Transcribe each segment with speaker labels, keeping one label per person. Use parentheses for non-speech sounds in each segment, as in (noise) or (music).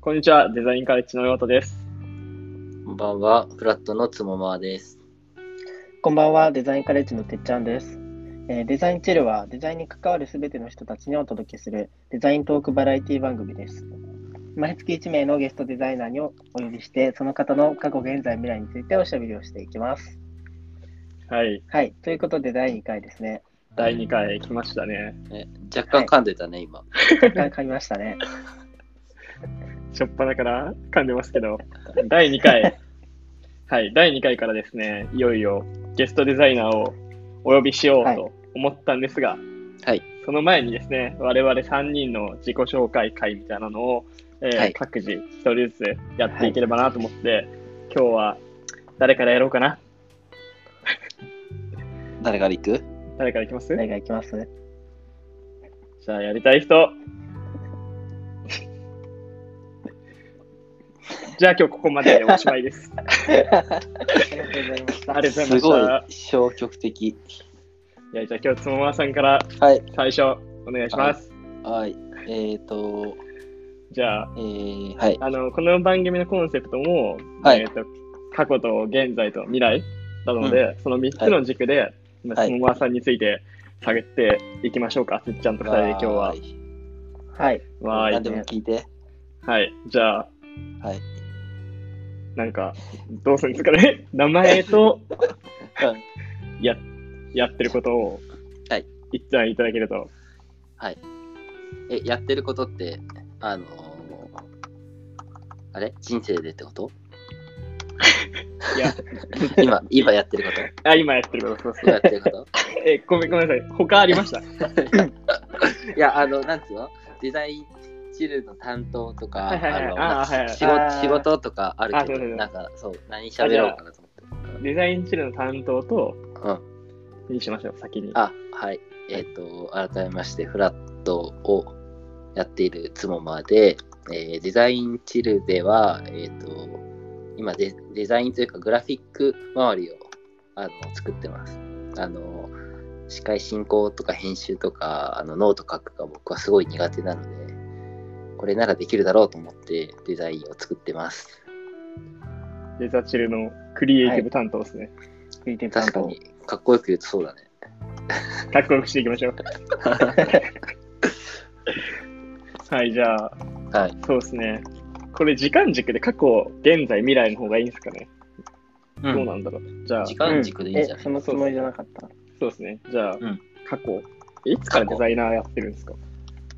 Speaker 1: こんにちは、デザインカレッジの岩田です。
Speaker 2: こんばんは、フラットのつもまわです。
Speaker 3: こんばんは、デザインカレッジのてっちゃんです。えーデザインチルはデザインに関わるすべての人たちにお届けするデザイントークバラエティ番組です。毎月1名のゲストデザイナーにお呼びして、その方の過去、現在、未来についておしゃべりをしていきます。
Speaker 1: はい、
Speaker 3: はい、ということで第2回ですね。
Speaker 1: 第2回来ましたね。
Speaker 2: え若干噛んでたね、今。
Speaker 3: 若干噛みました (laughs) ね。
Speaker 1: しょっぱなから噛んでますけど、第2回。はい、第2回からですね、いよいよゲストデザイナーをお呼びしよう
Speaker 3: はい
Speaker 1: と思ったんですが、
Speaker 2: はい。
Speaker 1: その前にですね、我々3人の自己紹介会みたいなのを、えー
Speaker 2: はい
Speaker 1: 各自一人ずつやっていければなと思って、今日は誰からやろうかな
Speaker 2: 誰から行く
Speaker 1: 誰からいきます、
Speaker 3: 誰がいきます
Speaker 1: じゃあやりたい人。 (laughs) じゃあ今日ここまでおしまい
Speaker 2: (laughs)
Speaker 1: です。
Speaker 3: ありがとうございました。
Speaker 1: ありがとうございました
Speaker 2: すごい消極的。
Speaker 1: いやじゃあ今日つもまさんから
Speaker 2: はい。
Speaker 1: 最初お願いします。
Speaker 2: はい。えっ、ー、と、
Speaker 1: じゃあ
Speaker 2: えー、はい。
Speaker 1: あのこの番組のコンセプトも、
Speaker 2: はい
Speaker 1: えーと過去と現在と未来なので、その3つの軸で、今
Speaker 2: はい
Speaker 1: つもまさんについて探っていきましょうか。つっちゃんと2人で今日は。
Speaker 3: はい。
Speaker 1: わー
Speaker 2: 何
Speaker 1: い
Speaker 2: でも聞いて。
Speaker 1: はい。じゃあ
Speaker 2: はい。
Speaker 1: なんかどうするんですかね。 (laughs) 名前と
Speaker 2: うん
Speaker 1: ややってることを
Speaker 2: はい
Speaker 1: 一旦いただけると。
Speaker 2: え、やってることって、あのー、あれ人生でってこと
Speaker 1: いや、
Speaker 2: (laughs) 今、今やってること
Speaker 1: あ今やってること、そう (laughs) そう
Speaker 2: 今やってること
Speaker 1: えごめんごめんなさい、他ありました。
Speaker 2: いや、あの、なんつうのデザインチルの担当とか、
Speaker 1: はいはいはい
Speaker 2: (laughs) あの
Speaker 1: あーはいはい
Speaker 2: 仕
Speaker 3: あ
Speaker 2: 事
Speaker 3: ー
Speaker 2: 仕事とかある
Speaker 1: あそ
Speaker 2: け
Speaker 1: うそ
Speaker 2: ど
Speaker 1: うそう、
Speaker 2: なんか、そう、何喋ろうかなと思って。
Speaker 1: デザインチルの担当と、
Speaker 2: うん。
Speaker 1: にしましょう、先に。
Speaker 2: あ、はい。えっ、と、改めまして、フラットをやっているつもまで、えーデザインチルでは、えっ、と、今デ、デザインというか、グラフィック周りをあの作ってます。あの、司会進行とか編集とか、あのノート書くが僕はすごい苦手なので、これならできるだろうと思ってデザインを作ってます。
Speaker 1: デザチルのクリエイティブ担当ですね。
Speaker 3: 聞いてみた
Speaker 2: 確かに、かっこよく言うとそうだね。
Speaker 1: かっこよくしていきましょう。
Speaker 2: (laughs)
Speaker 1: はい、じゃあ、
Speaker 2: はい。
Speaker 1: そうですね。これ、時間軸で過去、現在、未来の方がいいんですかね。どうなんだろう。じゃあ、
Speaker 2: 時間軸でいいんじゃない
Speaker 3: え、そのつもりじゃなかった。
Speaker 1: そうですね。じゃあ、
Speaker 2: ん
Speaker 1: 過去。いつからデザイナーやってるんですか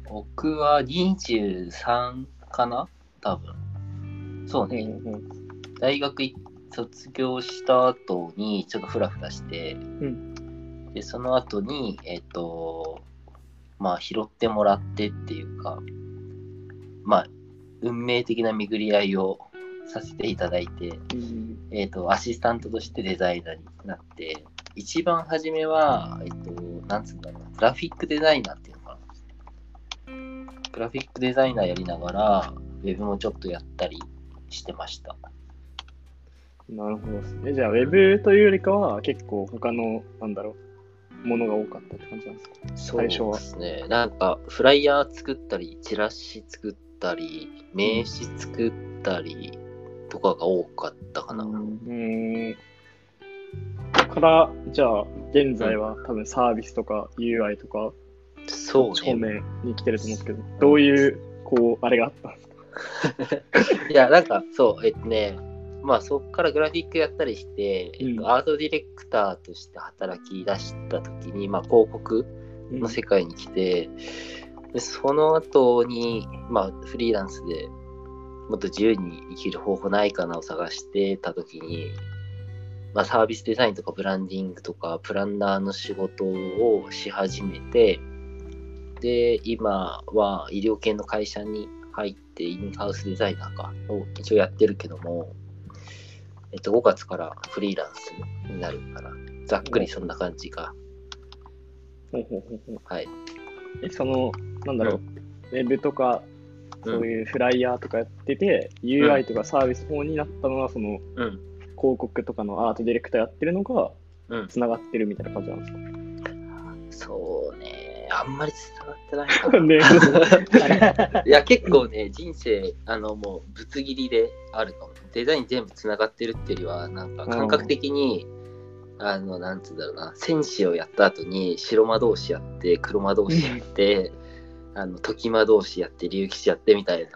Speaker 2: 僕は23かな多分。そう
Speaker 3: うん
Speaker 2: ね。
Speaker 3: うん
Speaker 2: 大学い卒業した後に、ちょっとフラフラして、で、その後に、えっ、と、まあ、拾ってもらってっていうか、まあ、運命的な巡り合いをさせていただいて、
Speaker 1: うん
Speaker 2: えっ、と、アシスタントとしてデザイナーになって、一番初めは、えっ、と、なんつうんだろうな、グラフィックデザイナーっていうのかな。グラフィックデザイナーやりながら、ウェブもちょっとやったりしてました。
Speaker 1: なるほどですね。じゃあ、ウェブというよりかは、結構他の、なんだろう、ものが多かったって感じなんですか
Speaker 2: そう
Speaker 1: 最初は
Speaker 2: ですね。なんか、フライヤー作ったり、チラシ作ったり、名刺作ったりとかが多かったかな。
Speaker 1: うーん。から、じゃあ、現在は多分サービスとか UI とか、
Speaker 2: そう
Speaker 1: 正
Speaker 2: ね。
Speaker 1: 面に来てると思うんですけど、どういう、こう、あれがあったんですか
Speaker 2: いや、なんか、そう、えっとね、まあ、そこからグラフィックやったりして、えっ
Speaker 1: うん
Speaker 2: と、アートディレクターとして働き出した時に、まあ、広告の世界に来て、でその後に、まあ、フリーランスでもっと自由に生きる方法ないかなを探してた時に、まあ、サービスデザインとかブランディングとかプランナーの仕事をし始めてで今は医療系の会社に入ってインハウスデザイナーかを一応やってるけども、えっと、5月からフリーランスになるからざっくりそんな感じか、
Speaker 1: ほうほうほうほう
Speaker 2: はい、
Speaker 1: え、その、なんだろう、ウェブとか、
Speaker 2: う
Speaker 1: そ
Speaker 2: ん
Speaker 1: ういうフライヤーとかやってて、UI とかサービス方になったのは、その、
Speaker 2: うん、
Speaker 1: 広告とかのアートディレクターやってるのが、
Speaker 2: うん
Speaker 1: つながってるみたいな感じなんですか
Speaker 2: そうね。あんまり伝わってないか
Speaker 1: ね、
Speaker 2: な。 (laughs) いや、結構ね、人生、あの、もう、ぶつ切りであるかも。デザイン全部つながってるっていうよりは、なんか、感覚的に、あの、なんつうんだろうな、戦士をやった後に、白魔同士やって、黒魔同士やって、あの、時魔同士やって、竜騎士やってみたい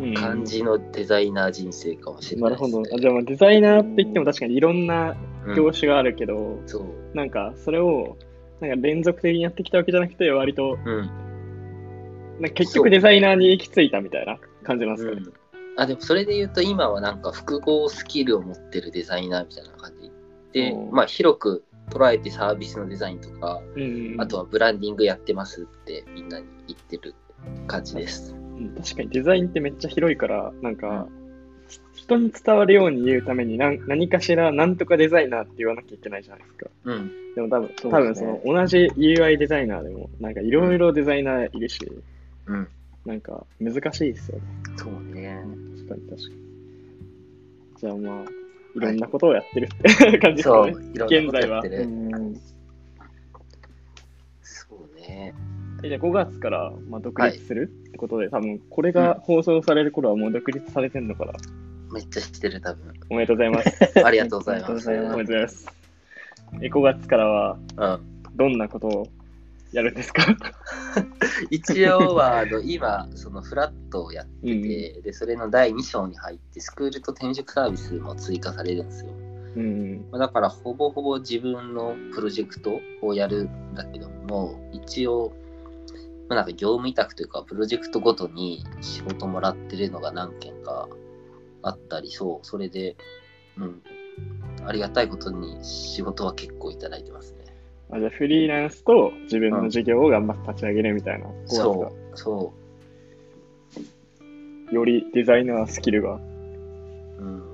Speaker 1: うん
Speaker 2: な感じのデザイナー人生かもしれな
Speaker 1: ないる
Speaker 2: で
Speaker 1: ほ
Speaker 2: す、
Speaker 1: ど。
Speaker 2: ね。
Speaker 1: あじゃあまあデザイナーって言っても確かにいろんな
Speaker 2: う
Speaker 1: 業
Speaker 2: ん
Speaker 1: 種があるけど、
Speaker 2: そう。
Speaker 1: なんかそれをなんか連続的にやってきたわけじゃなくて、割と
Speaker 2: うん。
Speaker 1: なんか結局デザイナーに行き着いたみたいな感じなんです
Speaker 2: う
Speaker 1: かね。
Speaker 2: ん、あでもそれで言うと今はなんか複合スキルを持ってるデザイナーみたいな感じで、
Speaker 1: うん
Speaker 2: まあ、広く捉えてサービスのデザインとか
Speaker 1: うん
Speaker 2: あとはブランディングやってますってみんなに言ってる感じです。
Speaker 1: うん確かにデザインってめっちゃ広いから、なんか、人に伝わるように言うために何何かしらなんとかデザイナーって言わなきゃいけないじゃないですか。
Speaker 2: うん、
Speaker 1: でも多分、
Speaker 3: そうですね
Speaker 1: 多分その同じ UI デザイナーでも、なんかいろいろデザイナーいるし、
Speaker 2: うん、
Speaker 1: なんか難しいですよね。
Speaker 2: そうね。
Speaker 1: 確かに確かに。じゃあまあ、いろんなことをやってるって、感じです
Speaker 2: そ
Speaker 1: か
Speaker 2: う
Speaker 1: ね。、
Speaker 2: いろんなことやって
Speaker 3: う
Speaker 2: る。
Speaker 3: ん
Speaker 2: そうね。
Speaker 1: えじゃあ5月からまあ独立するってことで、多分これが放送される頃はもう独立されてるのかな。
Speaker 2: めっちゃしてる、多分。
Speaker 1: おめでとうございます。
Speaker 2: ありがとうございます。
Speaker 3: あ
Speaker 1: お
Speaker 3: り
Speaker 1: めでと
Speaker 3: が
Speaker 1: うございます。え5月からは
Speaker 2: うん、
Speaker 1: どんなことをやるんですか
Speaker 2: 一応はあの今、そのフラットをやってて、で、それの第2章に入って、スクールと転職サービスも追加されるんですよ。
Speaker 1: うん。
Speaker 2: まあだからほぼほぼ自分のプロジェクトをやるんだけども一応、まあ、なんか業務委託というかプロジェクトごとに仕事もらってるのが何件かあったりそうそれでうんありがたいことに仕事は結構いただいてますね
Speaker 1: あじゃあフリーランスと自分の事業を頑張って立ち上げるみたいな。5月が
Speaker 2: そうそ
Speaker 1: よりデザイナースキルが
Speaker 2: ううん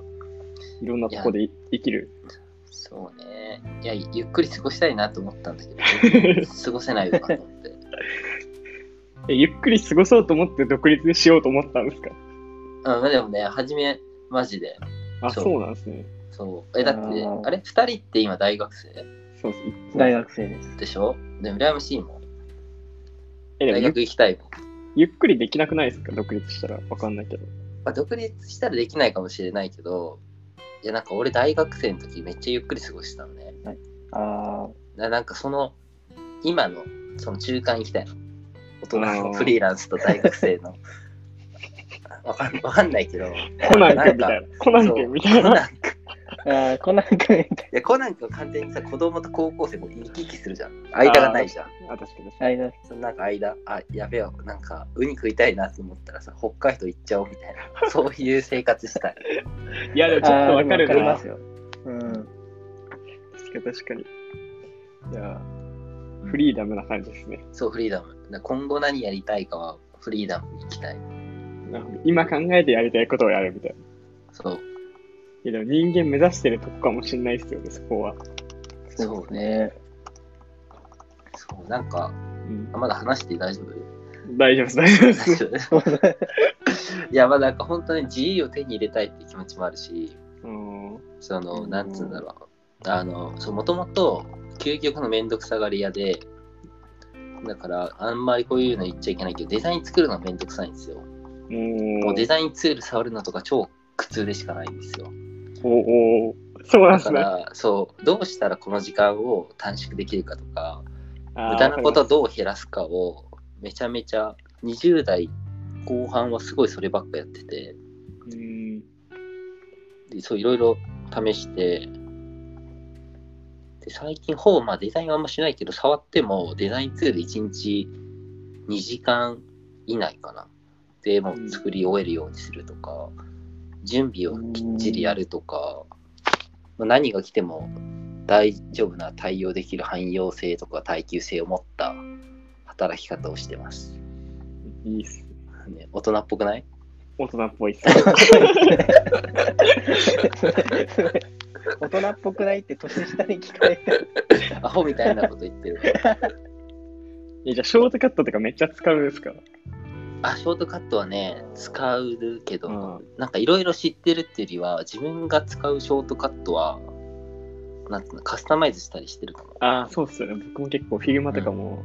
Speaker 1: いろんなとこでい生きる。
Speaker 2: そうねいやゆっくり過ごしたいなと思ったんだけど過ごせないのかと思って
Speaker 1: えゆっくり過ごそうと思って独立しようと思ったんですか
Speaker 2: うんまあでもね初めマジで
Speaker 1: あ、
Speaker 2: そ
Speaker 1: そううなんですね。
Speaker 2: そうえだって
Speaker 3: あー
Speaker 2: あれ2人って今大学生
Speaker 1: そうです。
Speaker 3: 大学生です。
Speaker 2: でしょでも羨ましいもん。
Speaker 1: えでも
Speaker 2: 大
Speaker 1: ゆ
Speaker 2: 学行きたいもん。
Speaker 1: ゆっくりできなくないですか独立したら。わかんないけど。
Speaker 2: まあ、独立したらできないかもしれないけど、いやなんか俺大学生の時めっちゃゆっくり過ごしてたのね。
Speaker 3: あ
Speaker 2: ななんかその、今のその中間行きたいの。大人
Speaker 1: あ
Speaker 2: の
Speaker 1: ー
Speaker 2: フリーランスと大学生
Speaker 1: (laughs)
Speaker 2: の。わかんわかんないけど。
Speaker 1: コナン君み
Speaker 2: な
Speaker 1: たい
Speaker 2: んか
Speaker 1: な。コナン君みたい
Speaker 2: そうコ
Speaker 1: な。
Speaker 2: ナン君
Speaker 3: ーあー、こんなんかみたい
Speaker 2: いやコナン君完全にさ、子供と高校生も行き来するじゃん。間がないじゃん。
Speaker 1: あ、確かに。
Speaker 3: な。ありがとう
Speaker 2: そのなんか間、あ、やべえよ、なんか、ウニ食いたいなと思ったらさ、北海道行っちゃおうみたい
Speaker 1: (laughs)
Speaker 2: な、そういう生活したい。
Speaker 1: いや、でも (laughs)
Speaker 3: ご
Speaker 1: ち
Speaker 3: ざ
Speaker 1: ょっとわ
Speaker 3: います
Speaker 1: かる
Speaker 3: あーでもわかり
Speaker 1: な
Speaker 3: ま。すよ。うん。
Speaker 1: 確かに確かに。いや、フリーダムな感じですね。
Speaker 2: そう、フリーダム。だから今後何やりたいかは、フリーダムに行きたい。
Speaker 1: なんか今考えてやりたいことをやるみたいな。
Speaker 2: そう、
Speaker 1: いや、でも人間目指してるとこかもしれないですよね、そこは。
Speaker 2: そうね。
Speaker 3: ね。
Speaker 2: そう、なんか、
Speaker 1: うん
Speaker 2: あまだ話して大
Speaker 3: (laughs)
Speaker 2: 丈夫
Speaker 1: 大丈夫です、大丈夫です。
Speaker 2: 大 (laughs) 丈夫いや、まあなんか本当に自由を手に入れたいって気持ちもあるし、
Speaker 1: うん
Speaker 2: その、
Speaker 3: うん
Speaker 2: なんつうんだろう。あの、そう、もともと、究極のめんどくさがり屋で、だから、あんまりこういうの言っちゃいけないけど、デザイン作るのはめんどくさいんですよ。も
Speaker 1: も
Speaker 2: うデザインツール触るのとか超苦痛でしかないんですよ。
Speaker 1: おおおそうなんで
Speaker 2: だか
Speaker 1: すね。
Speaker 2: ら、そう、どうしたらこの時間を短縮できるかとか、
Speaker 1: あー
Speaker 2: 無駄なことをどう減らすかを、めちゃめちゃ、20代後半はすごいそればっかやってて、
Speaker 1: うん
Speaker 2: でそういろいろ試して、で最近本、まあデザインはあんましないけど、触ってもデザインツール1日2時間以内かな。でもう作り終えるようにするとか、準備をきっちりやるとか、まあ何が来ても大丈夫な対応できる汎用性とか耐久性を持った働き方をしてます。
Speaker 1: いいっす。
Speaker 2: ね、大人っぽくない
Speaker 1: 大人っぽいっす。確
Speaker 3: 大人っぽくないって年下に聞かれて。
Speaker 2: アホみたいなこと言ってる。
Speaker 1: (laughs) えじゃあ、ショートカットとかめっちゃ使うんですか
Speaker 2: あ、ショートカットはね、使うけど、
Speaker 1: うん
Speaker 2: なんかいろいろ知ってるっていうよりは、自分が使うショートカットは、なんつうの、カスタマイズしたりしてるかも。
Speaker 1: ああ、そうっすよね。僕も結構フィグマとかも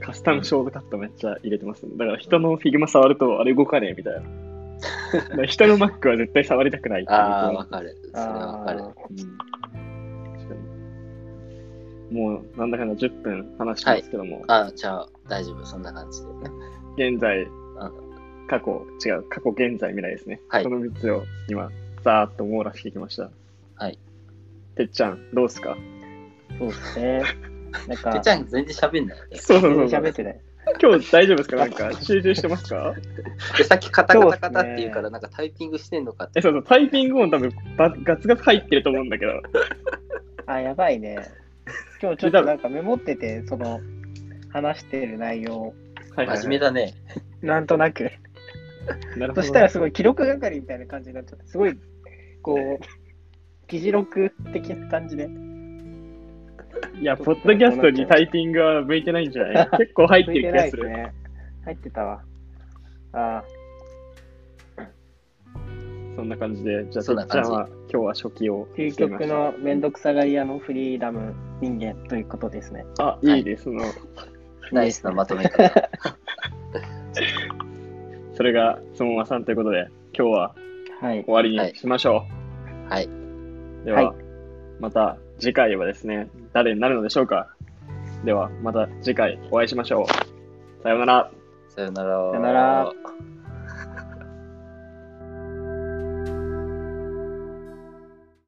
Speaker 1: カスタムショートカットめっちゃ入れてます、だから人のフィグマ触るとあれ動かねえみたいな。だから人の Mac は絶対触りたくないっていう
Speaker 2: ああ、わかる。それはわかる
Speaker 3: あ。
Speaker 2: うん
Speaker 1: 確かにもうなんだかんだ10分話してますけども、
Speaker 2: ああ、じゃあ大丈夫。そんな感じでね。
Speaker 1: 現在
Speaker 2: あ、
Speaker 1: 過去、違う、過去、現在、未来ですね。
Speaker 2: はい
Speaker 1: この3つを今、ざーっと網羅してきました。
Speaker 2: はい。
Speaker 1: てっちゃん、どうすか
Speaker 3: そうですね。な
Speaker 2: て
Speaker 3: んか
Speaker 2: っち、ゃん全然喋んないよね。
Speaker 1: そうそう
Speaker 3: 全
Speaker 1: そう
Speaker 3: 然喋ってない。
Speaker 1: 今日大丈夫ですかなんか、集中してますか
Speaker 2: でさっきカタカタカタっ
Speaker 3: そうっすね
Speaker 2: て言うから、なんかタイピングしてんのかって
Speaker 1: え、。そうそう、タイピング音多分ばガツガツ入ってると思うんだけど。
Speaker 3: あ、やばいね。今日ちょっとなんかメモってて、その、話してる内容を
Speaker 1: はいはい、
Speaker 2: 真面目
Speaker 1: だ。
Speaker 2: だね。
Speaker 3: なんとなく。
Speaker 1: なるほど。
Speaker 3: そしたらすごい記録係みたいな感じになっちゃって、すごい、こう、議事録的な感じで。
Speaker 1: いや、ポッドキャストにタイピングは向いてないんじゃない結構入って
Speaker 3: 向い
Speaker 1: る気
Speaker 3: てな
Speaker 1: が
Speaker 3: い
Speaker 1: す
Speaker 3: です
Speaker 1: る。
Speaker 3: ね。入ってたわ。あ
Speaker 1: そんな感じで、じゃあ、て
Speaker 2: そんな
Speaker 1: っちゃ
Speaker 2: 感じ
Speaker 1: んは今日は初期を
Speaker 3: あ、究
Speaker 1: してみま
Speaker 3: 極
Speaker 1: した。
Speaker 3: のめんどくさがり屋のフリーダム人間ということですね。
Speaker 1: あ、いいです。その、
Speaker 2: ナイスなまとめ方。
Speaker 1: それが、そのままさんということで、今日は
Speaker 3: はい。
Speaker 1: 終わりにしましょう。
Speaker 2: はい。
Speaker 1: では、
Speaker 3: は
Speaker 1: また次回はですね、誰になるのでしょうか。では、また次回お会いしましょう。さようなら。
Speaker 2: さよなら。
Speaker 3: さよなら。